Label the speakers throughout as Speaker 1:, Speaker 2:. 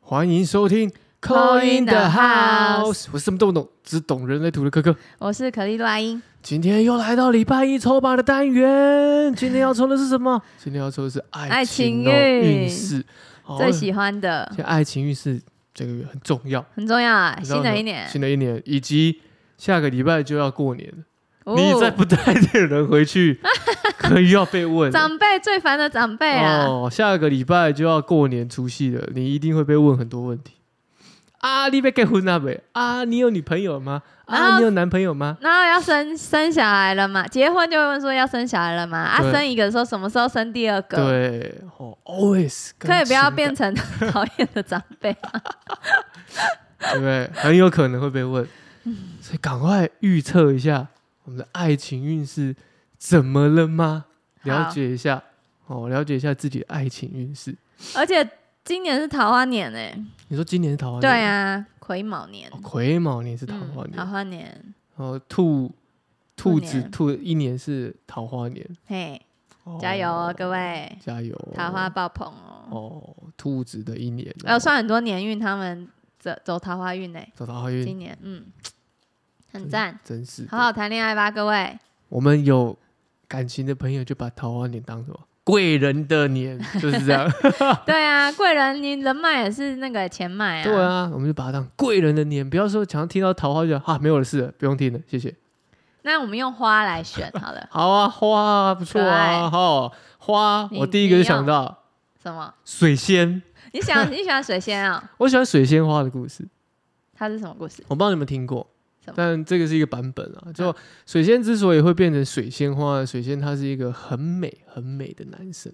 Speaker 1: 欢迎收听
Speaker 2: Call in the house
Speaker 1: 我是什么都不懂，只懂人类图的科科。
Speaker 2: 我是可丽露音，
Speaker 1: 今天又来到礼拜一抽吧的单元，今天要抽的是什 么？今天要抽的是爱
Speaker 2: 爱
Speaker 1: 情
Speaker 2: 情
Speaker 1: 哦
Speaker 2: 运
Speaker 1: 运势。哦
Speaker 2: 最喜欢的
Speaker 1: 现在爱情运势这个很重要。
Speaker 2: 很重要啊，
Speaker 1: 你知道
Speaker 2: 新的
Speaker 1: 什么
Speaker 2: 一年，
Speaker 1: 新的一年，以及下个礼拜就要过年了，
Speaker 2: 哦
Speaker 1: 你再不带点人回 去，可以要被问了。
Speaker 2: 长辈最烦的长辈啊，
Speaker 1: 哦，下个礼拜就要过年除夕了，你一定会被问很多问题。啊，你被结婚了没？啊，你有女朋友吗？啊，
Speaker 2: 啊
Speaker 1: 你有男朋友吗？
Speaker 2: 然后要生生小孩了嘛，结婚就会问说要生小孩了嘛，啊，
Speaker 1: 对
Speaker 2: 生一个说什么时候生第二个，
Speaker 1: 对，哦，always 跟
Speaker 2: 可以不要
Speaker 1: 情感
Speaker 2: 变，成讨厌的长辈，
Speaker 1: 对不对？很有可能会被问，所以赶快预测一下我们的爱情运势怎么了吗？了
Speaker 2: 好
Speaker 1: 解一下，哦，了解一下自己的爱情运势。
Speaker 2: 而且今年是桃花年哎，
Speaker 1: 你说今年是桃花年？
Speaker 2: 对，啊，癸卯年
Speaker 1: 哦，，癸卯年是桃
Speaker 2: 嗯
Speaker 1: 花年，
Speaker 2: 桃花年，
Speaker 1: 哦，兔兔
Speaker 2: 兔
Speaker 1: 子
Speaker 2: 年
Speaker 1: 兔一年是桃花年，
Speaker 2: 嘿，加油哦，各位，
Speaker 1: 加油哦！
Speaker 2: 桃花爆棚哦，
Speaker 1: 哦，兔子的啊一年
Speaker 2: 还有算很多年运，他们走走桃花运哎。
Speaker 1: 走到奥运，
Speaker 2: 今年，嗯，很赞，
Speaker 1: 真是的
Speaker 2: 好好谈恋爱吧，各 位。
Speaker 1: 我们有感情的朋友就把桃花年当什么贵人的 年，就是这样。
Speaker 2: 对啊，贵人你人脉也是那个钱脉啊。
Speaker 1: 对，啊，我们就把它当贵人的年，不要说常听到桃花就啊哈没有的事了，不用听了，谢谢。。
Speaker 2: 那我们用花来选好了
Speaker 1: 好啊，花啊不错啊，哈花，
Speaker 2: 你
Speaker 1: 我第一个就想到
Speaker 2: 什么？
Speaker 1: 水仙，
Speaker 2: 你 想你喜欢水仙啊、
Speaker 1: 我喜欢水仙花的故事。
Speaker 2: 它是什么故事？
Speaker 1: 我不知道你们听过
Speaker 2: 什么，嗯
Speaker 1: 但这个是一个版本啊。就水仙之所以会变成水仙花，水仙他是一个很美很美的男生，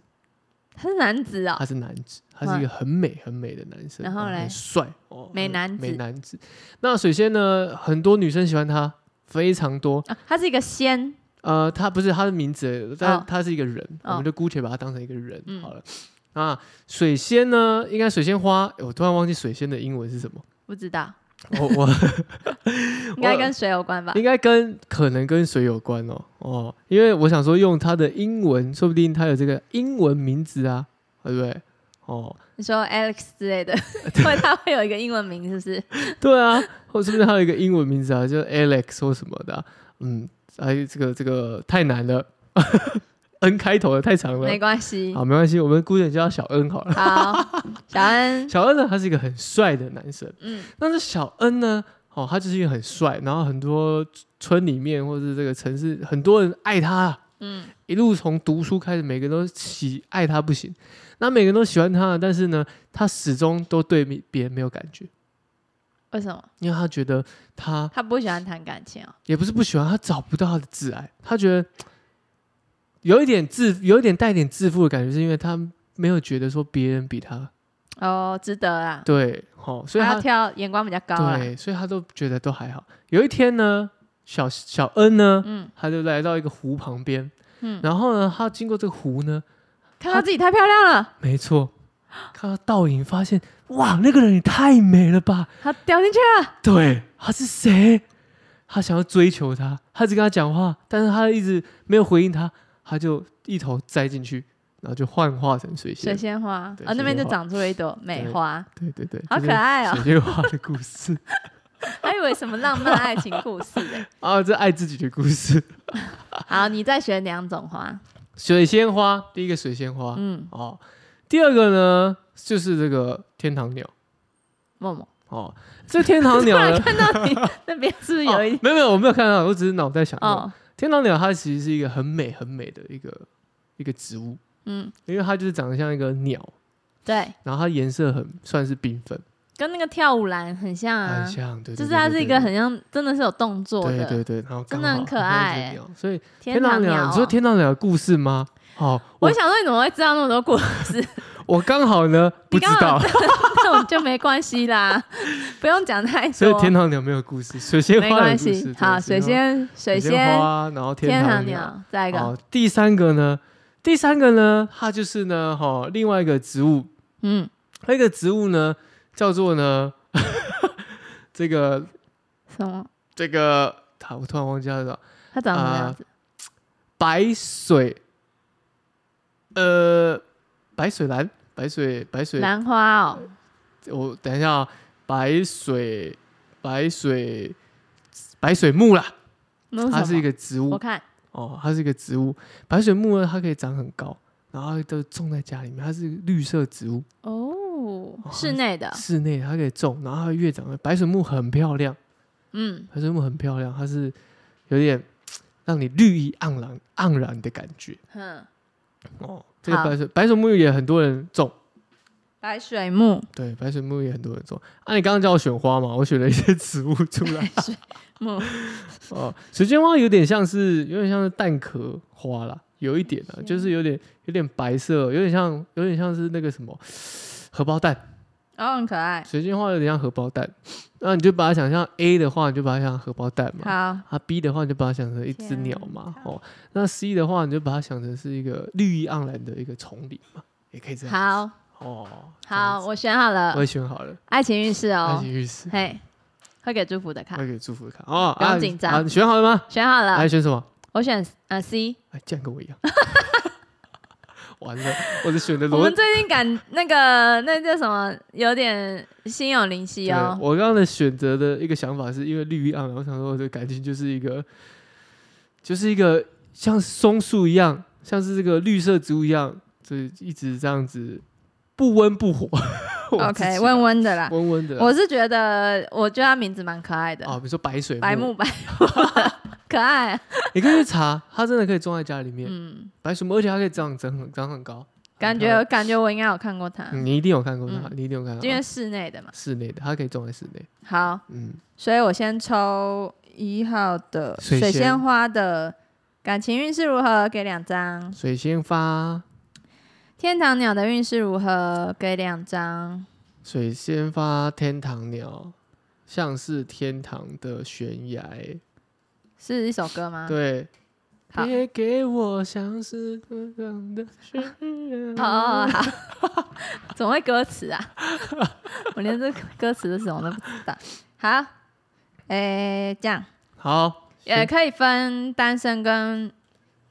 Speaker 2: 他是男子哦
Speaker 1: 他，是男子，他是一个很美很美的男生，
Speaker 2: 然后嘞
Speaker 1: 很帅哦，
Speaker 2: 美男子
Speaker 1: 美男子。那水仙呢，很多女生喜欢他，非常多。
Speaker 2: 啊，他是一个仙，
Speaker 1: 呃，他不是他的名字，但
Speaker 2: 哦
Speaker 1: 他是一个人，
Speaker 2: 哦
Speaker 1: 我们就姑且把他当成一个人
Speaker 2: 嗯
Speaker 1: 好了。啊，水仙呢，应该水仙花，诶我突然忘记水仙的英文是什么，
Speaker 2: 不知道，
Speaker 1: 我我。
Speaker 2: 应该跟水有关吧？
Speaker 1: 应该跟可能跟水有关哦哦，因为我想说用它的英文，说不定它有这个英文名字啊，对不对？哦，
Speaker 2: 你说 Alex 之 类的，会他会有一个英文名是不是？
Speaker 1: 对啊，或是不是还有一个英文名字啊，叫 Alex 或什么的啊、嗯，哎，这个这个太难了 ，N 开头的太长了
Speaker 2: 没。关系。
Speaker 1: 好，没关系，我们姑且叫他小恩好了。
Speaker 2: 好，小恩，
Speaker 1: 小恩呢，他是一个很帅的男生。
Speaker 2: 嗯，
Speaker 1: 但是小恩呢，哦，他就是一个很帅，然后很多村里面或是这个城市很多人爱他啊，
Speaker 2: 嗯
Speaker 1: 一路从读书开始，每个人都喜爱他不行，那每个人都喜欢他，但是呢，他始终都对别人没有感觉，
Speaker 2: 为什么
Speaker 1: 因为他觉得他
Speaker 2: 他不喜欢谈感情哦？
Speaker 1: 也不是不喜欢，他找不到他的挚爱，他觉得嘖有一点自，有一点带点自负的感觉，是因为他没有觉得说别人比他
Speaker 2: 哦，值得啦，
Speaker 1: 对，好、所以
Speaker 2: 他
Speaker 1: 他
Speaker 2: 要挑眼光比较高啦。
Speaker 1: 对，所以他都觉得都还好。有一天呢，小小恩呢，
Speaker 2: 嗯
Speaker 1: 他就来到一个湖旁边，
Speaker 2: 嗯，
Speaker 1: 然后呢，他经过这个湖呢，
Speaker 2: 看到自己太漂亮了，
Speaker 1: 没错，看到倒影，发现哇，那个人也太美了吧！
Speaker 2: 他掉进去了。
Speaker 1: 对，他是谁？他想要追求她，他一直跟他讲话，但是他一直没有回应他，他就一头栽进去，然后就幻化成水仙。
Speaker 2: 水仙花
Speaker 1: 对
Speaker 2: 哦，那边
Speaker 1: 水仙
Speaker 2: 就
Speaker 1: 花
Speaker 2: 长出了一朵美花，
Speaker 1: 对对对，
Speaker 2: 好
Speaker 1: 这
Speaker 2: 可
Speaker 1: 是
Speaker 2: 爱哦！
Speaker 1: 水仙花的故事
Speaker 2: 还以为什么浪漫爱情故事欸
Speaker 1: 啊，这爱自己的故事。
Speaker 2: 好，你再选两种花，
Speaker 1: 水仙花，第一个水仙花，
Speaker 2: 嗯，
Speaker 1: 哦，第二个呢就是这个天堂鸟
Speaker 2: 默默。
Speaker 1: 哦，这天堂
Speaker 2: 突
Speaker 1: 鸟
Speaker 2: 然
Speaker 1: 呢，
Speaker 2: 看到你那边是不是有一
Speaker 1: 哦没有没有，我没有看到，我只是脑袋想到、
Speaker 2: 哦，
Speaker 1: 天堂鸟，它其实是一个很美很美的一个一个植物，
Speaker 2: 嗯，
Speaker 1: 因为它就是长得像一个鸟，
Speaker 2: 对，
Speaker 1: 然后它颜色很算是缤纷，
Speaker 2: 跟那个跳舞兰很像啊
Speaker 1: 很，像，对，对
Speaker 2: 就是它是一个。
Speaker 1: 对对对
Speaker 2: 很像，真的是有动作
Speaker 1: 哎对
Speaker 2: 的
Speaker 1: 对对，然后
Speaker 2: 真的很可爱
Speaker 1: 刚好有一只鸟所以
Speaker 2: 天堂
Speaker 1: 鸟，
Speaker 2: 鸟。哦
Speaker 1: 你说，天堂鸟的故事吗？哦，
Speaker 2: 我
Speaker 1: 我
Speaker 2: 想说你怎么会知道那么多故事？
Speaker 1: 我刚好呢不
Speaker 2: 你
Speaker 1: 知
Speaker 2: 刚好
Speaker 1: 道，
Speaker 2: 那我们就没关系啦， 不用讲太多。
Speaker 1: 所以天堂鸟没有故事，水仙
Speaker 2: 没
Speaker 1: 花有
Speaker 2: 关
Speaker 1: 故事
Speaker 2: 系。。好，
Speaker 1: 对
Speaker 2: 水仙，水
Speaker 1: 仙
Speaker 2: 仙，
Speaker 1: 花，然后
Speaker 2: 天
Speaker 1: 堂
Speaker 2: 堂。鸟，再一个，
Speaker 1: 哦，第三个呢？第三个呢？它就是呢，哈、哦，另外一个植物，
Speaker 2: 嗯，
Speaker 1: 那个植物呢叫做呢， 这个
Speaker 2: 什么？
Speaker 1: 这个，它我突然忘记它了，
Speaker 2: 它长什么
Speaker 1: 啊
Speaker 2: 样子？
Speaker 1: 白水，呃，白水兰，白水白水
Speaker 2: 兰花哦，
Speaker 1: 我等一下啊，白水白水白水木啦，
Speaker 2: 那什
Speaker 1: 它是一
Speaker 2: 么？
Speaker 1: 个植
Speaker 2: 我
Speaker 1: 物
Speaker 2: 看
Speaker 1: 哦，它是一个植物。白水木呢，它可以长很高，然后它都种在家里面，它是绿色植物，
Speaker 2: 哦
Speaker 1: 哦，
Speaker 2: 室内的，
Speaker 1: 室内它可以种，然后它越长越白水木很漂亮，
Speaker 2: 嗯，
Speaker 1: 白水木很漂亮，它是有点让你绿意盎然盎然的感觉
Speaker 2: 哼，
Speaker 1: 哦。这个
Speaker 2: 好
Speaker 1: 白水白水木也很多人种。
Speaker 2: 白水木，。
Speaker 1: 对，白水木也很多人种。啊，你刚刚叫我选花嘛，我选了一些 植物出来
Speaker 2: 水木，
Speaker 1: 哦，水仙花有点像是，有点像是蛋壳花啦，有一点啊，就是有点有点白色，有点像有点像是那个什么荷包蛋。
Speaker 2: 哦，很可 爱。
Speaker 1: 水仙花有点像荷包蛋，那你就把它想象 A 的话，你就把它想荷包蛋嘛。
Speaker 2: 好，
Speaker 1: 啊，B 的话你就把它想成一只
Speaker 2: 天
Speaker 1: 鸟嘛，
Speaker 2: 哪
Speaker 1: 哦，那 C 的话你就把它想成是一个绿意盎然的一个丛林嘛，也可以这样。
Speaker 2: 好，
Speaker 1: 哦，这样
Speaker 2: 好，
Speaker 1: 子，
Speaker 2: 我选好了
Speaker 1: 我，也选好了，
Speaker 2: 爱情浴室
Speaker 1: 爱
Speaker 2: 哦
Speaker 1: 情，浴室。
Speaker 2: 嘿，会给祝福的卡
Speaker 1: 我，给祝福看哦，
Speaker 2: 不用
Speaker 1: 啊
Speaker 2: 紧张嗯
Speaker 1: 啊，你选好了吗？
Speaker 2: 选好了
Speaker 1: 还，选什么？
Speaker 2: 我选呃 C。
Speaker 1: 哎，这样跟我一 样。完了，我的选的
Speaker 2: 我
Speaker 1: 逻
Speaker 2: 们最近赶那个那叫什么，有点心有灵犀
Speaker 1: 对
Speaker 2: 哦。
Speaker 1: 我刚刚的选择的一个想法是因为绿意盎然，我想说我的感情就是一个，就是一个像松树一样，像是这个绿色植物一样，就一直这样子不温不火。 我自己
Speaker 2: OK，温温的啦。
Speaker 1: 温温的。
Speaker 2: 我是觉得，我觉得他名字蛮可爱的，
Speaker 1: 啊哦，比如说白水
Speaker 2: 白
Speaker 1: 木，
Speaker 2: 木白木， 可爱、
Speaker 1: 你可以去查，它真的可以种在家里面。
Speaker 2: 嗯，
Speaker 1: 白水木，而且它可以长长很长很高，
Speaker 2: 感
Speaker 1: 很漂
Speaker 2: 觉
Speaker 1: 亮
Speaker 2: 感觉我应该有看过他，
Speaker 1: 嗯你一定有看过它，
Speaker 2: 嗯
Speaker 1: 你一定有看过它。
Speaker 2: 因为室内的嘛。
Speaker 1: 室内的，它可以种在室内。
Speaker 2: 好，
Speaker 1: 嗯，
Speaker 2: 所以我先抽一号的
Speaker 1: 水仙
Speaker 2: 水仙花的感情运势如何，给两张；
Speaker 1: 水仙花，
Speaker 2: 天堂鸟的运势如何，给两张；
Speaker 1: 水仙花，天堂鸟，像是天堂的悬崖。
Speaker 2: 是一首歌吗？
Speaker 1: 对，
Speaker 2: 啊好，
Speaker 1: 别给我像是天堂的悬
Speaker 2: 哦
Speaker 1: 崖。
Speaker 2: 哦，哦好， 怎么会歌词啊？ 我连这歌词是什么都不知道。好，诶，这样
Speaker 1: 好，
Speaker 2: 也可以分单身跟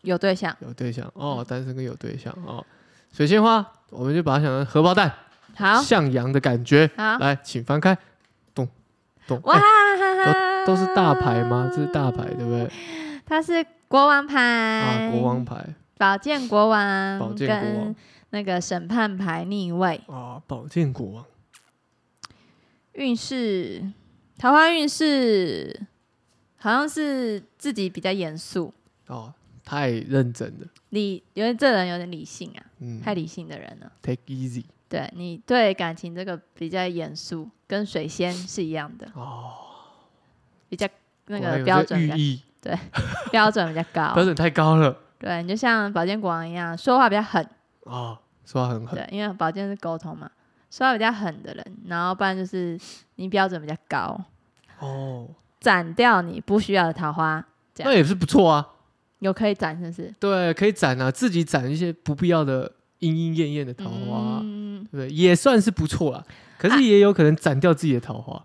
Speaker 2: 有对象。
Speaker 1: 有对象
Speaker 2: 嗯
Speaker 1: 哦，单身跟有对象哦。水仙花，我们就把它想成荷包蛋，
Speaker 2: 好，
Speaker 1: 向阳的感觉。
Speaker 2: 好，
Speaker 1: 来，请翻开，咚咚，
Speaker 2: 哇
Speaker 1: 哎
Speaker 2: 哈哈，
Speaker 1: 都是大牌吗？这是大牌，对不对？
Speaker 2: 它是国王牌
Speaker 1: 啊，
Speaker 2: 哎
Speaker 1: 国王、牌，
Speaker 2: 宝剑国王、
Speaker 1: 宝剑国王
Speaker 2: 跟那个审判牌逆位
Speaker 1: 啊，宝剑国王，
Speaker 2: 运势，桃花运势好像是自己比较严肃，
Speaker 1: 哦，太认真了，
Speaker 2: 理因为这人有点理性啊，
Speaker 1: 嗯
Speaker 2: 太理性的人了。
Speaker 1: ，take easy。
Speaker 2: 对你对感情这个比较严肃，跟水仙是一样的，
Speaker 1: 哦，
Speaker 2: 比较那
Speaker 1: 果然
Speaker 2: 个
Speaker 1: 有
Speaker 2: 标
Speaker 1: 这
Speaker 2: 准
Speaker 1: 寓
Speaker 2: 比较
Speaker 1: 意
Speaker 2: 标准比较
Speaker 1: 标
Speaker 2: 高。
Speaker 1: 准太高了
Speaker 2: 对，你就像保健国王一样，说话比较狠。
Speaker 1: 哦，说话很狠
Speaker 2: 对，因为保健是沟通嘛，说话比较狠的人，然后不然就是你标准比较高，
Speaker 1: 哦，
Speaker 2: 斩掉你不需要的桃花，这样
Speaker 1: 那也是不错啊。
Speaker 2: 有可以斩是不是？
Speaker 1: 对，可以攒啊，自己攒一些不必要的莺莺燕燕的桃花，
Speaker 2: 嗯，啊
Speaker 1: 对不对？也算是不错啦。可是也有可能攒掉自己的桃花，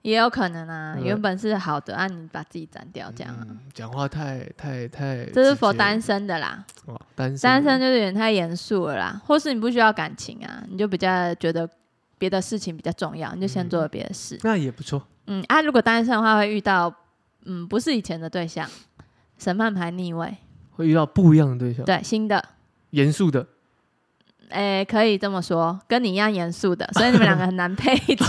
Speaker 2: 也有可能啊，
Speaker 1: 对
Speaker 2: 原本是好的，啊，你把自己斩掉这样啊。
Speaker 1: 嗯讲话太太太直接了，
Speaker 2: 这是否单身的啦，
Speaker 1: 哦单
Speaker 2: 单身就是有点太严肃了啦，或是你不需要感情啊，你就比较觉得别的事情比较重要，你就
Speaker 1: 嗯
Speaker 2: 先做别的事。
Speaker 1: 那也不错
Speaker 2: 嗯啊，如果单身的话，会遇到嗯不是以前的对象，审判牌逆位，
Speaker 1: 会遇到不一样的对象，
Speaker 2: 对新的，
Speaker 1: 严肃 的，
Speaker 2: 诶、可以这么说，跟你一样严肃的，所以你们两个很难配 一起，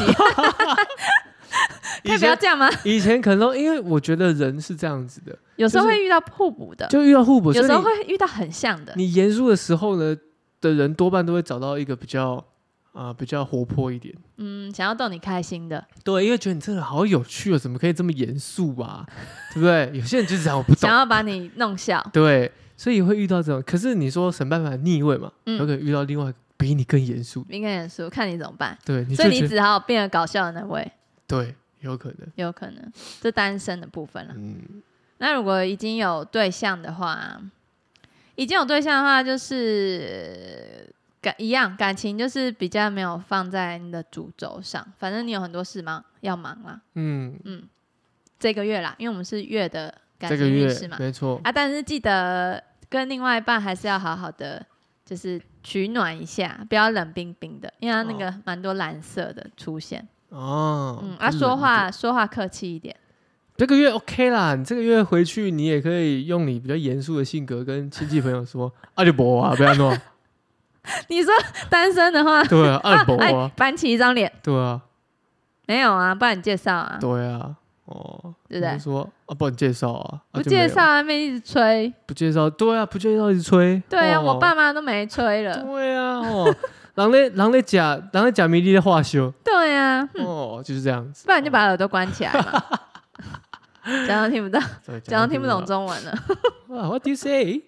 Speaker 2: 可以
Speaker 1: 以
Speaker 2: 不要
Speaker 1: 前
Speaker 2: 这样吗？
Speaker 1: 以前可能因为我觉得人是这样子的，
Speaker 2: 有时候
Speaker 1: 就是
Speaker 2: 会遇到互补的，
Speaker 1: 就遇到互补，
Speaker 2: 有
Speaker 1: 所以
Speaker 2: 时候
Speaker 1: 你
Speaker 2: 会遇到很像的，
Speaker 1: 你严肃的时候呢，的人多半都会找到一个比较啊、比较活泼一点。
Speaker 2: 嗯，想要逗你开心的，
Speaker 1: 对，因为觉得你这个人好有趣哦，怎么可以这么严肃啊？对不对？有些人就是这样，我不懂
Speaker 2: 想。要把你弄笑，
Speaker 1: 对，所以会遇到这种。可是你说审判法逆位嘛，
Speaker 2: 嗯
Speaker 1: 有可能遇到另外一个比你更严肃的。
Speaker 2: 应该严肃，看你怎么办。
Speaker 1: 对，你
Speaker 2: 所
Speaker 1: 就
Speaker 2: 以
Speaker 1: 觉
Speaker 2: 你
Speaker 1: 得
Speaker 2: 只好变得搞笑的那位。
Speaker 1: 对，有可能。
Speaker 2: 有可能，这单身的部分了。啊
Speaker 1: 嗯，
Speaker 2: 那如果已经有对象的话，已经有对象的话，就是呃感一样感情，就是比较没有放在你的主轴上。反正你有很多事忙要忙啦，
Speaker 1: 嗯，
Speaker 2: 这个月啦，因为我们是月的感
Speaker 1: 这个
Speaker 2: 情运
Speaker 1: 月
Speaker 2: 势嘛。啊
Speaker 1: 没错，
Speaker 2: 啊，但是记得跟另外一半还是要好好的就是取暖一下，不要冷冰冰的，因为它那
Speaker 1: 哦
Speaker 2: 个蛮多蓝色的出现。
Speaker 1: 哦，
Speaker 2: 嗯，
Speaker 1: 他
Speaker 2: 啊，说话说话客气一点。
Speaker 1: 这个月 OK 啦，你这个月回去你也可以用你比较严肃的性格跟亲戚朋友说，阿就伯啊，不要弄，
Speaker 2: 你说单身的话，
Speaker 1: 对啊，阿伯
Speaker 2: 哎
Speaker 1: 啊，，
Speaker 2: 板起一张脸，
Speaker 1: 对啊，
Speaker 2: 没有啊，不然你介绍哎啊，
Speaker 1: 对啊，哦，
Speaker 2: 对不对
Speaker 1: 你就说啊，不然你介绍啊，啊
Speaker 2: 不
Speaker 1: 就没有
Speaker 2: 介绍啊，妹一直吹，
Speaker 1: 不介绍，对啊，不介绍一直吹，
Speaker 2: 对啊，
Speaker 1: 哦
Speaker 2: 我爸妈都没吹了，
Speaker 1: 对啊，哦， 人咧人咧假人咧假迷离的话修，
Speaker 2: 对啊，哼
Speaker 1: 哦，就是这样子，
Speaker 2: 不然你就把耳朵关起来嘛，假装听不到，
Speaker 1: 对
Speaker 2: 假装听不懂。中文了。
Speaker 1: 哇，What do you say？哦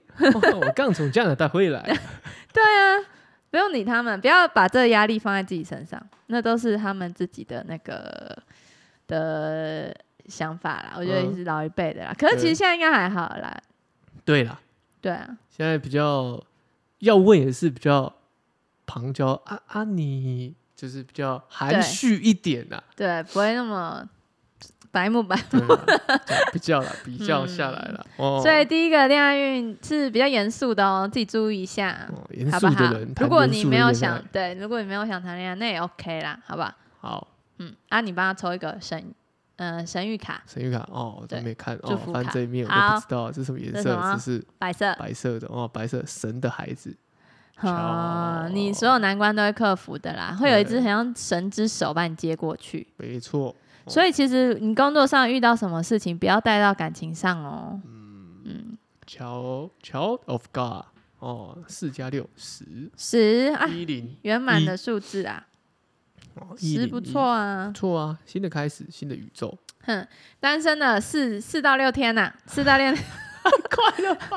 Speaker 1: 我刚从加拿大回来，
Speaker 2: 对啊，不用理他们，不要把这个压力放在自己身上，那都是他们自己的那个的想法啦。我觉得也
Speaker 1: 嗯
Speaker 2: 是老一辈的啦，可是其实
Speaker 1: 对
Speaker 2: 现在应该还好啦。
Speaker 1: 对啦，
Speaker 2: 对啊，
Speaker 1: 现在比较要问也是比较旁敲啊啊你。就是比较含蓄一点呐、
Speaker 2: 对，啊不会那么白目白。
Speaker 1: 对啦，比较啦，比较下来 啦。哦，
Speaker 2: 嗯所以第一个恋爱运是比较严肃的哦，自己注意一下，
Speaker 1: 哦严
Speaker 2: 好
Speaker 1: 肃
Speaker 2: 不好
Speaker 1: 的人，？
Speaker 2: 如果
Speaker 1: 谈严
Speaker 2: 你
Speaker 1: 肃的
Speaker 2: 没有
Speaker 1: 恋
Speaker 2: 想
Speaker 1: 爱
Speaker 2: 对，如果你没有想谈恋爱，那也 OK 啦，好不好？
Speaker 1: 好
Speaker 2: 嗯，啊，你帮他抽一个神，呃，神谕卡，
Speaker 1: 神谕卡哦，我都
Speaker 2: 对
Speaker 1: 没看
Speaker 2: 祝
Speaker 1: 哦
Speaker 2: 福，
Speaker 1: 翻
Speaker 2: 卡
Speaker 1: 这一面我
Speaker 2: 好
Speaker 1: 都不知道这是什么颜
Speaker 2: 这是
Speaker 1: 色
Speaker 2: 什么，
Speaker 1: 只是
Speaker 2: 白色，
Speaker 1: 白色的哦，白色神的孩子，
Speaker 2: 啊，
Speaker 1: 瞧
Speaker 2: 你所有难关都会克服的啦，会有一只
Speaker 1: 对
Speaker 2: 很像神之手把你接过去。
Speaker 1: 没错。哦
Speaker 2: 所以其实你工作上遇到什么事情，不要带到感情上哦。
Speaker 1: Child Child 嗯 of God 哦，四加六十
Speaker 2: 十啊，
Speaker 1: 一零
Speaker 2: 圆满
Speaker 1: 一
Speaker 2: 的数字啊，
Speaker 1: 哦，
Speaker 2: 十
Speaker 1: 101
Speaker 2: 不错啊
Speaker 1: 不。错啊，新的开始，新的宇宙，
Speaker 2: 哼，单身的四四到六天呐、四到六
Speaker 1: 快乐吧！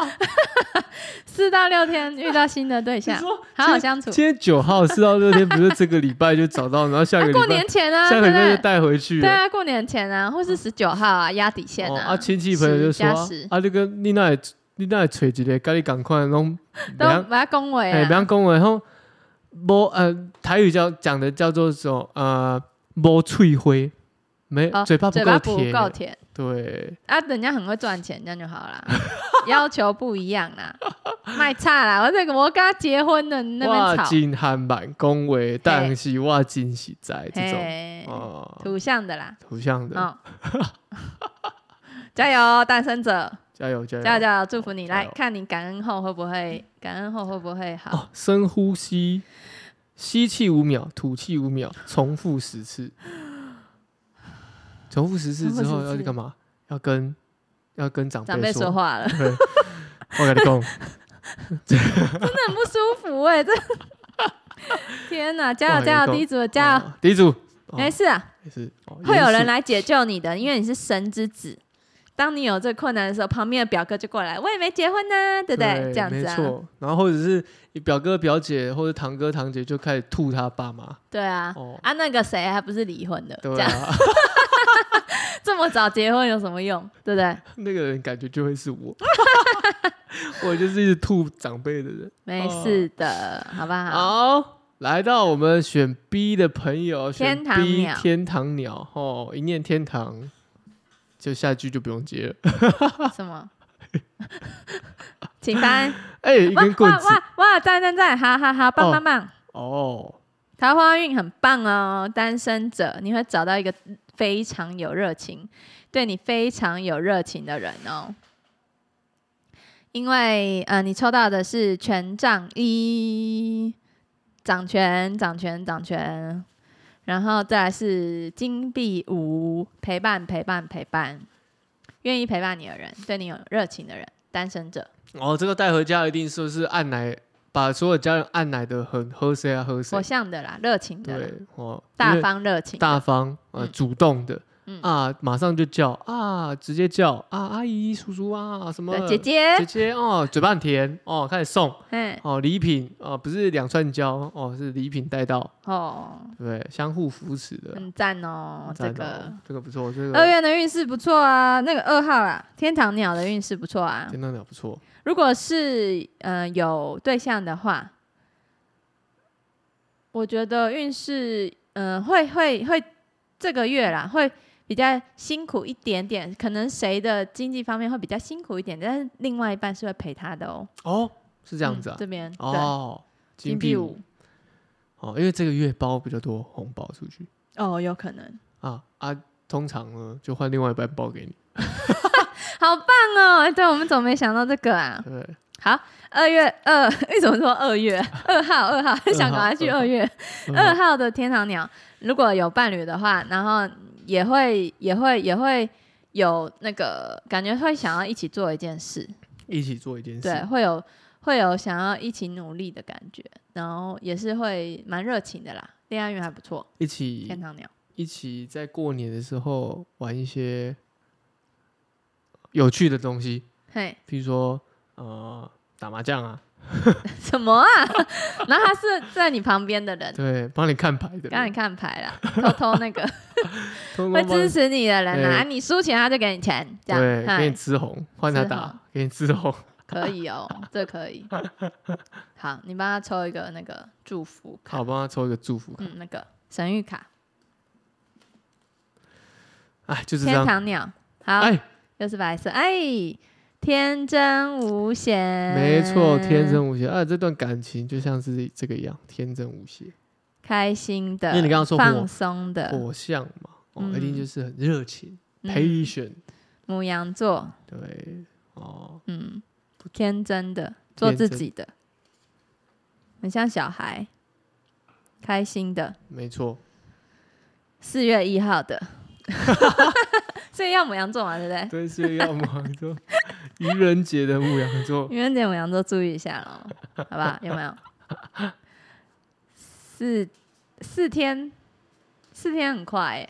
Speaker 2: 四到六天遇到新的对
Speaker 1: 你
Speaker 2: 象，
Speaker 1: 说
Speaker 2: 好好相处。
Speaker 1: 今天九号四到六天，不是这个礼拜就找到，然后下
Speaker 2: 啊
Speaker 1: 个，礼
Speaker 2: 过
Speaker 1: 拜
Speaker 2: 年前啊，
Speaker 1: 下个
Speaker 2: 对不
Speaker 1: 礼拜就
Speaker 2: 对？
Speaker 1: 带回去
Speaker 2: 对
Speaker 1: 了。嗯
Speaker 2: 啊，过年前啊，或是十九号啊，压底线
Speaker 1: 哦
Speaker 2: 啊。
Speaker 1: 啊，亲戚朋友就说
Speaker 2: 10加10
Speaker 1: 啊，这个你那里你那里找一个，跟你赶快弄，
Speaker 2: 都不要恭维
Speaker 1: 哎，
Speaker 2: 啊
Speaker 1: 不。要讲话，然后无呃台语叫讲的叫做什么呃无脆灰，没
Speaker 2: 哦
Speaker 1: 嘴巴不
Speaker 2: 嘴巴
Speaker 1: 够
Speaker 2: 不
Speaker 1: 甜，
Speaker 2: 够甜，
Speaker 1: 对，
Speaker 2: 啊，人家很会赚钱，这样就好 啦。要求不一样啦，卖差啦！我这个我跟他结婚的，你那边
Speaker 1: 我
Speaker 2: 吵，
Speaker 1: 真汉版恭维，但是我真实在这种
Speaker 2: 嘿，
Speaker 1: 哦，
Speaker 2: 土象的啦，
Speaker 1: 图像的，
Speaker 2: 哦， 加油，单身者，
Speaker 1: 加油加油
Speaker 2: 加油加油，祝福你！
Speaker 1: 加
Speaker 2: 来
Speaker 1: 油
Speaker 2: 看你感恩后会不会，感恩后会不会好？
Speaker 1: 哦，深呼吸，吸气五秒，吐气五秒，重复十次，重复十次
Speaker 2: 重复
Speaker 1: 之后
Speaker 2: 10
Speaker 1: 要去
Speaker 2: 次
Speaker 1: 干嘛？要跟要跟长
Speaker 2: 长辈
Speaker 1: 辈
Speaker 2: 说
Speaker 1: 说，
Speaker 2: 话了，
Speaker 1: 对，我跟你讲。
Speaker 2: 真 的很不舒服哎，这 天哪！加
Speaker 1: 哇
Speaker 2: 油加
Speaker 1: 有
Speaker 2: 油，
Speaker 1: 够
Speaker 2: 第一组加油，
Speaker 1: 哦！第一组，哦
Speaker 2: 没事啊，
Speaker 1: 没事，哦
Speaker 2: 会有人
Speaker 1: 严肃
Speaker 2: 来解救你的，因为你是神之子。当你有这困难的时候，旁边的表哥就过来，我也没结婚呢、对不对？这样子
Speaker 1: 没
Speaker 2: 啊，
Speaker 1: 错。然后或者是你表哥、表姐或者堂哥、堂姐就开始吐他爸妈。
Speaker 2: 对啊，
Speaker 1: 哦
Speaker 2: 啊那个谁还不是离婚的，这
Speaker 1: 对
Speaker 2: 样
Speaker 1: 啊，
Speaker 2: 这么早结婚有什么用，对不对？
Speaker 1: 那个人感觉就会是我， 我就是一直吐长辈的人。
Speaker 2: 没事的，好不好？
Speaker 1: 好，来到我们选 B 的朋友，选
Speaker 2: 天堂
Speaker 1: B
Speaker 2: 鸟
Speaker 1: 天堂鸟哦，一念天堂，就下句就不用 接了。哦
Speaker 2: 什么？请翻，
Speaker 1: 哎， 一
Speaker 2: 哇
Speaker 1: 根棍
Speaker 2: 哇
Speaker 1: 子
Speaker 2: 哇哇！赞赞赞，好好好，棒
Speaker 1: 哦
Speaker 2: 棒棒！
Speaker 1: 哦，
Speaker 2: 桃花运很棒哦，单身者你会找到一个非常有热情、对你非常有热情的人哦。因为呃，你抽到的是权杖一，掌权、掌权、掌权，然后再来是金币五，陪伴、陪伴、陪伴，愿意陪伴你的人，对你有热情的人，单身者，
Speaker 1: 哦，这个带回家一定说是按奶，把所有家人按奶的很喝谁啊喝
Speaker 2: 火
Speaker 1: 谁，
Speaker 2: 象的啦，热情的啦
Speaker 1: 对，哦，因
Speaker 2: 大
Speaker 1: 为
Speaker 2: 方热情的，
Speaker 1: 大方呃
Speaker 2: 嗯
Speaker 1: 主动的
Speaker 2: 嗯
Speaker 1: 啊，马上就叫啊，直接叫啊，阿姨叔叔啊什么
Speaker 2: 对姐姐
Speaker 1: 姐，姐哦，嘴巴很甜哦，开始送
Speaker 2: 嗯，
Speaker 1: 哦礼品哦，不是两串胶哦，是礼品带到，
Speaker 2: 哦，
Speaker 1: 对不对？相互扶持的，
Speaker 2: 很赞哦，这
Speaker 1: 啊赞
Speaker 2: 个
Speaker 1: 哦这个不错，这
Speaker 2: 二
Speaker 1: 个
Speaker 2: 月的运势不错啊，那个二号啦，天堂鸟的运势不错啊。
Speaker 1: 天堂鸟不错，
Speaker 2: 如果是呃有对象的话，我觉得运势嗯、呃会会会这个月啦会比较辛苦一点点，可能谁的经济方面会比较辛苦一点，但是另外一半是会陪他的哦。
Speaker 1: 哦，是这样子
Speaker 2: 嗯
Speaker 1: 啊？
Speaker 2: 这边对，
Speaker 1: 哦，
Speaker 2: 金
Speaker 1: 币
Speaker 2: 币
Speaker 1: 五
Speaker 2: 五
Speaker 1: 哦，因为这个月包比较多红包出去
Speaker 2: 哦，有可能，
Speaker 1: 啊啊，通常呢就换另外一半包给你，
Speaker 2: 好棒哦！哎，对我们怎么没想到这个啊
Speaker 1: 对？不对？
Speaker 2: 好，二月二， 为什么说二月？二号，二号，想赶快去二月
Speaker 1: 嗯
Speaker 2: 二号的天堂鸟。如果有伴侣的话，然后也会也会也会有那个感觉，会想要一起做一件事，
Speaker 1: 一起做一件
Speaker 2: 对，
Speaker 1: 事，
Speaker 2: 会有会有想要一起努力的感觉，然后也是会蛮热情的啦。恋爱运还不错，
Speaker 1: 一
Speaker 2: 天
Speaker 1: 起
Speaker 2: 堂鸟。
Speaker 1: 一起在过年的时候玩一些有趣的东西，
Speaker 2: 嘿，
Speaker 1: 比如说呃打麻将啊，
Speaker 2: 什么啊？然后他是在你旁边的人，
Speaker 1: 对，帮你看牌的
Speaker 2: 让你
Speaker 1: 人，
Speaker 2: 看牌啦，偷偷那 个
Speaker 1: 通
Speaker 2: 会
Speaker 1: 通帮
Speaker 2: 支持你的人
Speaker 1: 哎
Speaker 2: 啦，啊你输钱他就给你钱，这样
Speaker 1: 对，给
Speaker 2: 嗨
Speaker 1: 你吃红，换他
Speaker 2: 哎吃
Speaker 1: 打
Speaker 2: 红，
Speaker 1: 给你吃红，
Speaker 2: 可以哦，这可以。 好，你帮他抽一个那个祝福卡，
Speaker 1: 好，帮他抽一个祝福卡，
Speaker 2: 嗯，那个神谕卡，
Speaker 1: 哎，就是这
Speaker 2: 天
Speaker 1: 样，
Speaker 2: 堂鸟，好，
Speaker 1: 哎，
Speaker 2: 又是白色，哎，天真无邪，
Speaker 1: 没错，天真无邪啊，这段感情就像是这个一样，天真无邪，
Speaker 2: 开心的，
Speaker 1: 因为你刚刚说火
Speaker 2: 放松的，
Speaker 1: 火象嘛，哦，一定
Speaker 2: 呃嗯
Speaker 1: 就是很热情、
Speaker 2: 嗯
Speaker 1: patient，
Speaker 2: 母羊座，
Speaker 1: 对，嗯哦，
Speaker 2: 嗯，天真的，做
Speaker 1: 天
Speaker 2: 自
Speaker 1: 真
Speaker 2: 己的，很像小孩，开心的，
Speaker 1: 没错，
Speaker 2: 四月一号的， 所以要母羊座嘛，对不对？
Speaker 1: 对，是要母羊座，愚人节的牧羊座，
Speaker 2: 愚人节母羊座注意一下喽，好吧？有没有？四四天，四天很快、欸，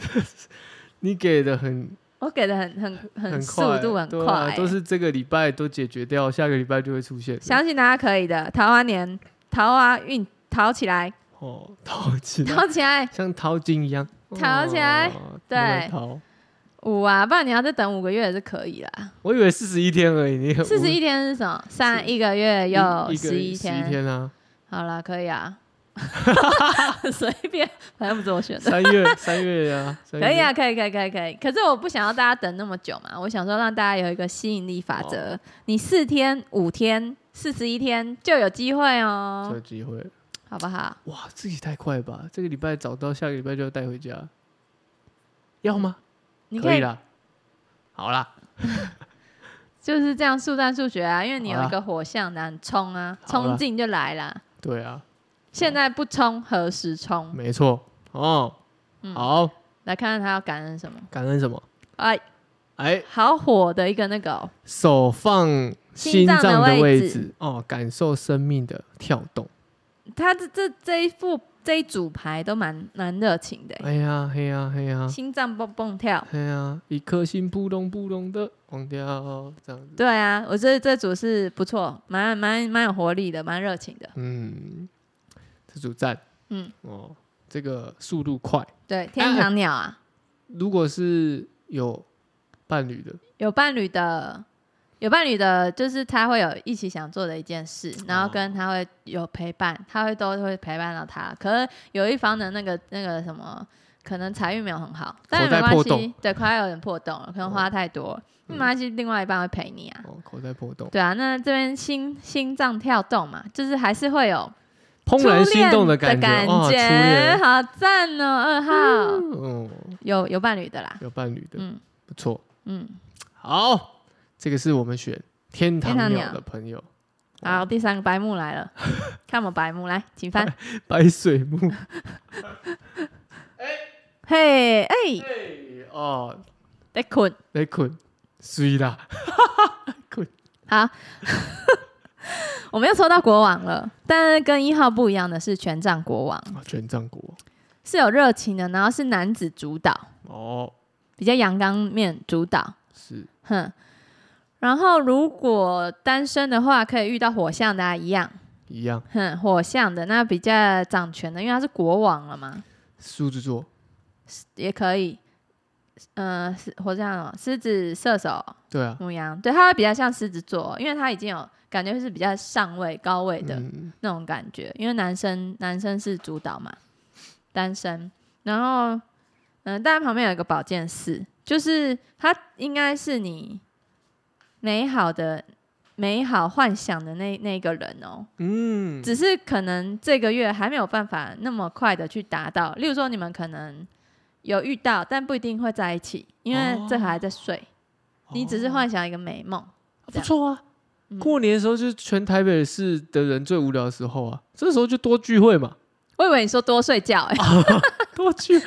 Speaker 1: 你给的很
Speaker 2: 我给的很很很速
Speaker 1: 快，
Speaker 2: 度很
Speaker 1: 对
Speaker 2: 快、
Speaker 1: 啊
Speaker 2: 欸
Speaker 1: 都是这个礼拜都解决掉，下个礼拜就会出现的，
Speaker 2: 相信大家可以的。桃花年，桃花运，淘起来，
Speaker 1: 哦，淘金，
Speaker 2: 淘起来，
Speaker 1: 像淘金一样，
Speaker 2: 淘起来
Speaker 1: 哦
Speaker 2: 对
Speaker 1: 那个淘。
Speaker 2: 五啊，不然你要再等五个月也是可以啦。
Speaker 1: 我以为四十一天而已，你
Speaker 2: 四十一天是什么？三一个月又十一
Speaker 1: 一天啊，
Speaker 2: 好啦，可以啊， 随便，反正不是我选的。
Speaker 1: 三月 三月啊，三
Speaker 2: 可以
Speaker 1: 月
Speaker 2: 啊，可以，可以，可以，可以。可是我不想要大家等那么久嘛，我想说让大家有一个吸引力法则，
Speaker 1: 哦
Speaker 2: 你四天、五天、四十一天就有机会
Speaker 1: 这
Speaker 2: 哦
Speaker 1: 有，机会。
Speaker 2: 好不好？
Speaker 1: 哇，这也太快了吧！这个礼拜找到，下个礼拜就要带回家，要吗？
Speaker 2: 你
Speaker 1: 可
Speaker 2: 可
Speaker 1: 以
Speaker 2: 以
Speaker 1: 啦，好啦，
Speaker 2: 就是这样速战速决啊，因为你有
Speaker 1: 好
Speaker 2: 一
Speaker 1: 啦
Speaker 2: 个火象男冲啊，
Speaker 1: 好啦
Speaker 2: 冲劲就来啦。
Speaker 1: 对啊，
Speaker 2: 现在不冲，何时冲？
Speaker 1: 没错哦。
Speaker 2: 嗯
Speaker 1: 好，
Speaker 2: 来看看他要感恩什么。
Speaker 1: 感恩什么？
Speaker 2: 哎，
Speaker 1: 哎，
Speaker 2: 好火的一个那个哦、
Speaker 1: 手放心
Speaker 2: 心脏的
Speaker 1: 脏的
Speaker 2: 位
Speaker 1: 位
Speaker 2: 置
Speaker 1: 置哦，感受生命的跳动。
Speaker 2: 他这这这一副这一组牌都蛮蛮热情的欸、
Speaker 1: 哎呀，嘿呀，嘿呀，
Speaker 2: 心脏蹦蹦跳。
Speaker 1: 嘿呀，一颗心扑通扑通的往掉，这样子。
Speaker 2: 对啊，我这这组是不错，蛮蛮蛮有活力的，蛮热情的。
Speaker 1: 嗯，自主站，
Speaker 2: 嗯，
Speaker 1: 哦，这个速度快。
Speaker 2: 对，天堂鸟啊，
Speaker 1: 如果是有伴侣的，
Speaker 2: 有伴侣的，有伴侣的，就是他会有一起想做的一件事，然后跟他会有陪伴，他会都会陪伴到他。可是有一方的那个那个什么，可能财运没有很好，但
Speaker 1: 口袋
Speaker 2: 没关
Speaker 1: 破
Speaker 2: 系
Speaker 1: 洞，
Speaker 2: 对，口袋有点破洞了，可能花太多了，
Speaker 1: 嗯
Speaker 2: 没关系，另外一半会陪你啊。
Speaker 1: 哦，口袋破洞，
Speaker 2: 对啊，那这边心心脏跳动嘛，就是还是会有
Speaker 1: 怦然心动的感
Speaker 2: 觉，感
Speaker 1: 哦，初恋，
Speaker 2: 好赞哦，二号。
Speaker 1: 嗯，
Speaker 2: 有有伴侣的啦。
Speaker 1: 有伴侣的，
Speaker 2: 嗯
Speaker 1: 不错。
Speaker 2: 嗯，
Speaker 1: 好，这个是我们选天堂
Speaker 2: 天堂
Speaker 1: 鸟
Speaker 2: 鸟
Speaker 1: 的朋友，
Speaker 2: 好，第三个白木 来了，看我们白木来，请翻。
Speaker 1: 白水木，
Speaker 2: 嘿，哎，
Speaker 1: 哎哦，
Speaker 2: 在困。
Speaker 1: 来捆，水啦，
Speaker 2: 好， 我们又抽到国王了，但是跟一号不一样的是权杖国王，
Speaker 1: 哦权杖国，
Speaker 2: 是有热情的，然后是男子主导，
Speaker 1: 哦，
Speaker 2: 比较阳刚面主导。
Speaker 1: 是
Speaker 2: 哼，然后如果单身的话，可以遇到火象的、啊、一样。
Speaker 1: 一样，
Speaker 2: 哼，火象的那比较掌权的，因为他是国王了嘛。
Speaker 1: 狮子座，
Speaker 2: 也可以，呃，是火象哦，狮子、射手、
Speaker 1: 对啊，
Speaker 2: 母羊，对，它会比较像狮子座，因为它已经有感觉是比较上位、高位的
Speaker 1: 嗯，
Speaker 2: 那种感觉，因为男生男生是主导嘛，单身，然后，嗯、当然旁边有一个保健室，就是它应该是你美好的美好幻想的那那个人哦，
Speaker 1: 嗯，
Speaker 2: 只是可能这个月还没有办法那么快的去达到。例如说，你们可能有遇到，但不一定会在一起，因为这个还在睡，你只是
Speaker 1: 哦
Speaker 2: 幻想一个美梦。
Speaker 1: 啊不错啊。
Speaker 2: 嗯
Speaker 1: 过年的时候就是全台北市的人最无聊的时候啊，这时候就多聚会嘛，
Speaker 2: 我以为你说多睡觉、欸，
Speaker 1: 多聚。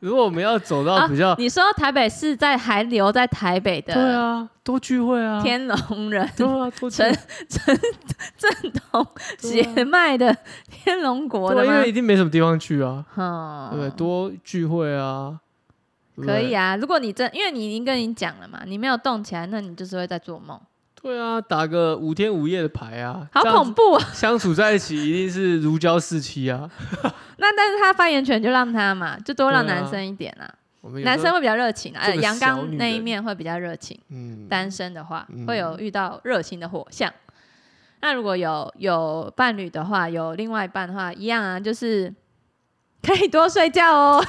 Speaker 1: 如果我们要走到比较，
Speaker 2: 啊你说台北市在还留在台北
Speaker 1: 对
Speaker 2: 的
Speaker 1: 啊，多聚会啊，
Speaker 2: 天龙人、
Speaker 1: 对啊，多聚
Speaker 2: 陈陈正统
Speaker 1: 对啊
Speaker 2: 血脉的天龙国的
Speaker 1: 对啊，因
Speaker 2: 吗
Speaker 1: 为？一定没什么地方去啊，
Speaker 2: 嗯，
Speaker 1: 对不对？多聚会啊，对不
Speaker 2: 可
Speaker 1: 对
Speaker 2: 以啊。如果你真，因为你已经跟你讲了嘛，你没有动起来，那你就是会在做梦，
Speaker 1: 对啊，打个五天五夜的牌啊，
Speaker 2: 好
Speaker 1: 这样
Speaker 2: 恐怖啊！
Speaker 1: 子 相处在一起一定是如胶似漆啊。
Speaker 2: 那但是他发言权就让他嘛，就多让
Speaker 1: 对啊
Speaker 2: 男生一点啊，
Speaker 1: 我们有
Speaker 2: 男
Speaker 1: 时
Speaker 2: 生
Speaker 1: 候
Speaker 2: 会比较热情啊，
Speaker 1: 做
Speaker 2: 呃，
Speaker 1: 个
Speaker 2: 阳
Speaker 1: 小
Speaker 2: 刚
Speaker 1: 女
Speaker 2: 那一
Speaker 1: 人
Speaker 2: 面会比较热情。
Speaker 1: 嗯，
Speaker 2: 单身的话，
Speaker 1: 嗯
Speaker 2: 会有遇到热情的火象。那如果有有伴侣的话，有另外一半的话，一样啊，就是可以多睡觉哦。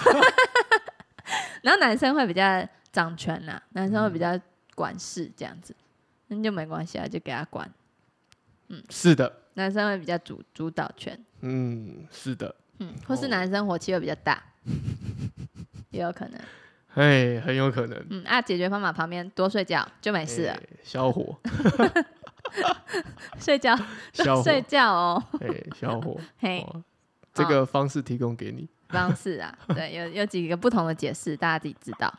Speaker 2: 然后男生会比较掌权啦，男生会比较管事这样子，那就没关系啊，就给他管。
Speaker 1: 是的，
Speaker 2: 男生会比较主主导权，
Speaker 1: 嗯，是的，
Speaker 2: 嗯，或是
Speaker 1: 哦
Speaker 2: 男生火气会比较大， 也有可能。
Speaker 1: 哎，很有可能
Speaker 2: 嗯，啊，解决方法旁边多睡觉就没事了，
Speaker 1: 哎小 伙，
Speaker 2: 睡觉
Speaker 1: 哎 小伙，
Speaker 2: 睡觉哦，
Speaker 1: 哎，小 伙，
Speaker 2: 嘿。
Speaker 1: 哇这个方式提供给你。
Speaker 2: 方式 啊，对，有有几个不同的解释，大家自己知道。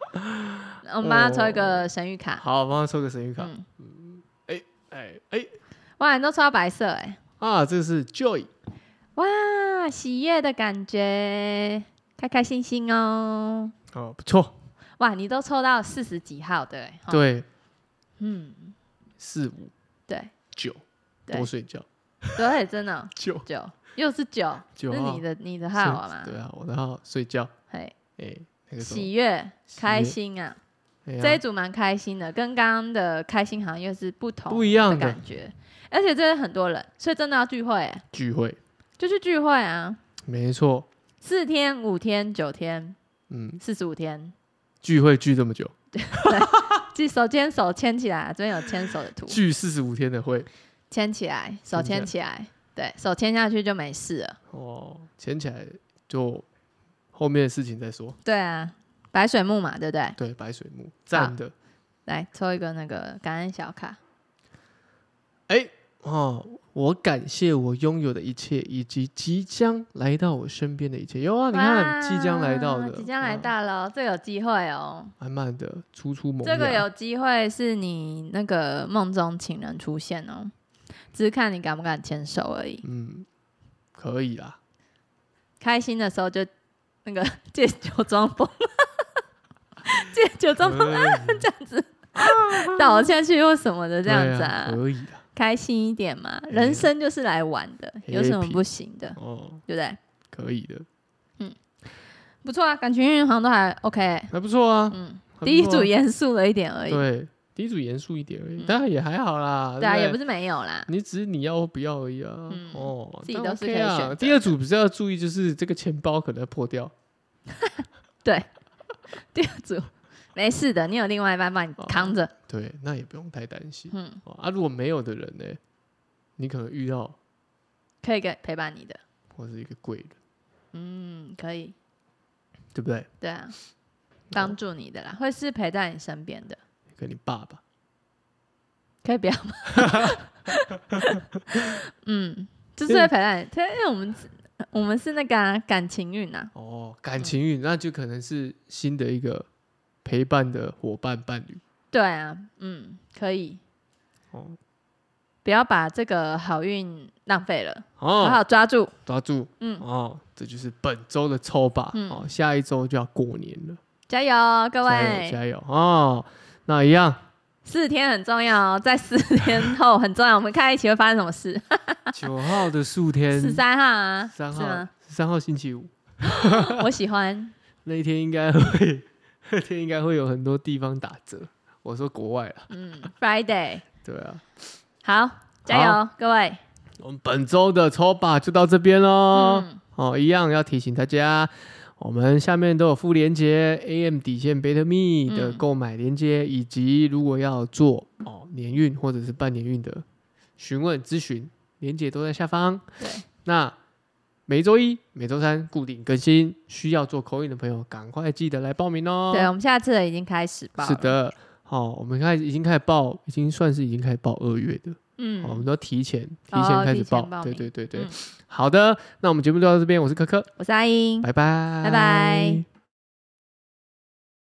Speaker 2: 我们帮他抽一
Speaker 1: 哦
Speaker 2: 个神谕卡，
Speaker 1: 好，帮他抽个神谕卡。
Speaker 2: 嗯
Speaker 1: 哎哎
Speaker 2: 哇，你都抽到白色哎、
Speaker 1: 啊，这个是 Joy，
Speaker 2: 哇，啊喜悦的感觉，开开心心哦。
Speaker 1: 哦，不错，
Speaker 2: 哇，你都抽到四十几号对、欸，齁，
Speaker 1: 对，
Speaker 2: 嗯，
Speaker 1: 四五
Speaker 2: 对，
Speaker 1: 九，
Speaker 2: 对
Speaker 1: 多睡觉，
Speaker 2: 对，真的哦
Speaker 1: 九
Speaker 2: 九又是九，
Speaker 1: 九
Speaker 2: 是
Speaker 1: 号
Speaker 2: 你的你的
Speaker 1: 睡
Speaker 2: 号码嘛？
Speaker 1: 对啊，我然后睡觉，
Speaker 2: 嘿，
Speaker 1: 哎，那个什么
Speaker 2: 喜悦
Speaker 1: 喜
Speaker 2: 开
Speaker 1: 悦
Speaker 2: 心啊，
Speaker 1: 哎呀
Speaker 2: 这一组蛮开心的，跟刚刚的开心好像又是不同
Speaker 1: 不一样
Speaker 2: 的
Speaker 1: 的
Speaker 2: 感觉，而且这是很多人，所以真的要聚会、欸，
Speaker 1: 聚会，
Speaker 2: 就去聚会啊。
Speaker 1: 没错，
Speaker 2: 四天、五天、九天、
Speaker 1: 嗯，
Speaker 2: 四十五天，
Speaker 1: 聚会聚这么久，
Speaker 2: 记手牵手牵起来，这边有牵手的图，
Speaker 1: 聚四十五天的会，
Speaker 2: 牵起来，手牵
Speaker 1: 牵
Speaker 2: 起来，对手牵下去就没事了。
Speaker 1: 哦，牵起来就后面的事情再说。
Speaker 2: 对啊，白水木嘛，对不对？
Speaker 1: 对，白水木赞的，
Speaker 2: 来抽一个那个感恩小卡，
Speaker 1: 哎哦，我感谢我拥有的一切，以及即将来到我身边的一切。有啊，你看，
Speaker 2: 哇
Speaker 1: 即将来到的，
Speaker 2: 即将来
Speaker 1: 嗯
Speaker 2: 到了，这个有机会哦，
Speaker 1: 慢慢的初出萌芽。
Speaker 2: 这个有机会是你那个梦中情人出现哦，只是看你敢不敢牵手而已。
Speaker 1: 嗯，可以啦。
Speaker 2: 开心的时候就那个 借酒装疯，借酒装疯。
Speaker 1: 可以
Speaker 2: 这样子倒下去或什么的， 这样子
Speaker 1: 对
Speaker 2: 啊，
Speaker 1: 可以啦。
Speaker 2: 开心一点嘛，
Speaker 1: 哎
Speaker 2: 人生就是来玩的，有什么
Speaker 1: Happy
Speaker 2: 不行的，
Speaker 1: 哦，
Speaker 2: 对不对？
Speaker 1: 可以的，
Speaker 2: 不错啊，感情运好像都还 OK。
Speaker 1: 还不错啊。
Speaker 2: 嗯，
Speaker 1: 还不
Speaker 2: 第一
Speaker 1: 错啊
Speaker 2: 组严肃了一点而已，
Speaker 1: 对，第一组严肃一点而已
Speaker 2: 嗯，
Speaker 1: 当然也还好啦。
Speaker 2: 对啊，
Speaker 1: 不
Speaker 2: 也不是没有啦。
Speaker 1: 你只是你要或不要而已啊。
Speaker 2: 嗯
Speaker 1: 哦，
Speaker 2: 自己
Speaker 1: 但
Speaker 2: 都是
Speaker 1: OK
Speaker 2: 可以
Speaker 1: 啊
Speaker 2: 选择
Speaker 1: 第二组比较要注意，就是这个钱包可能要破掉。
Speaker 2: 第二组没事的，你有另外一半帮你
Speaker 1: 哦
Speaker 2: 扛着。
Speaker 1: 对，那也不用太担心。
Speaker 2: 嗯，
Speaker 1: 哦啊，如果没有的人呢，你可能遇到
Speaker 2: 可以给陪伴你的。
Speaker 1: 或是一个贵人，
Speaker 2: 嗯，可以，
Speaker 1: 对不对？
Speaker 2: 对啊，帮助你的啦，会是陪在你身边的。
Speaker 1: 跟你爸爸，
Speaker 2: 可以不要吗？ 嗯，就是会陪伴你，因为我们我们是那个啊、感情运啊，
Speaker 1: 哦，感情
Speaker 2: 嗯
Speaker 1: 运，那就可能是新的一个陪伴的伙伴伴侣。
Speaker 2: 对啊，嗯，可以
Speaker 1: 哦
Speaker 2: 不要把这个好运浪费了，好
Speaker 1: 哦，
Speaker 2: 好抓住。
Speaker 1: 抓住，
Speaker 2: 嗯
Speaker 1: 哦，这就是本周的抽吧。
Speaker 2: 嗯
Speaker 1: 哦，下一周就要过年了，
Speaker 2: 加油，各
Speaker 1: 加油
Speaker 2: 位！
Speaker 1: 加油哦！那一 样，
Speaker 2: 四天很重要哦，在四天后很重要。我们看一起会发生什么事？
Speaker 1: 九号的数天，
Speaker 2: 十三号啊，
Speaker 1: 三
Speaker 2: 是
Speaker 1: 号
Speaker 2: 吗？，
Speaker 1: 十三号星期五
Speaker 2: 我喜欢，
Speaker 1: 那一天应该会， 那天应该会有很多地方打折。我说国外啦，
Speaker 2: 嗯，Friday，
Speaker 1: 对啊，
Speaker 2: 好，加油，各位！
Speaker 1: 我们本周的抽吧就到这边喽。
Speaker 2: 嗯，
Speaker 1: 哦，一样要提醒大家，我们下面都有附链接 AM 底线 Better Me 的
Speaker 2: 嗯
Speaker 1: 购买链接，以及如果要做哦年运或者是半年运的询问、咨询，连接都在下方。
Speaker 2: 对，
Speaker 1: 那每周一、每周三固定更新，需要做口音的朋友赶快记得来报名哦。
Speaker 2: 对，我们下次的已经开始报了。
Speaker 1: 是，的，好、我们开始已经开始报，已经算是已经开始报二月的，好我
Speaker 2: 嗯，
Speaker 1: 们都要提前提
Speaker 2: 哦
Speaker 1: 前开
Speaker 2: 提
Speaker 1: 始
Speaker 2: 前
Speaker 1: 报，
Speaker 2: 报
Speaker 1: 对
Speaker 2: 名
Speaker 1: 对对对，
Speaker 2: 嗯
Speaker 1: 好的，那我们节目就到这边，我是可可，
Speaker 2: 我是阿英，
Speaker 1: 拜拜，
Speaker 2: 拜拜。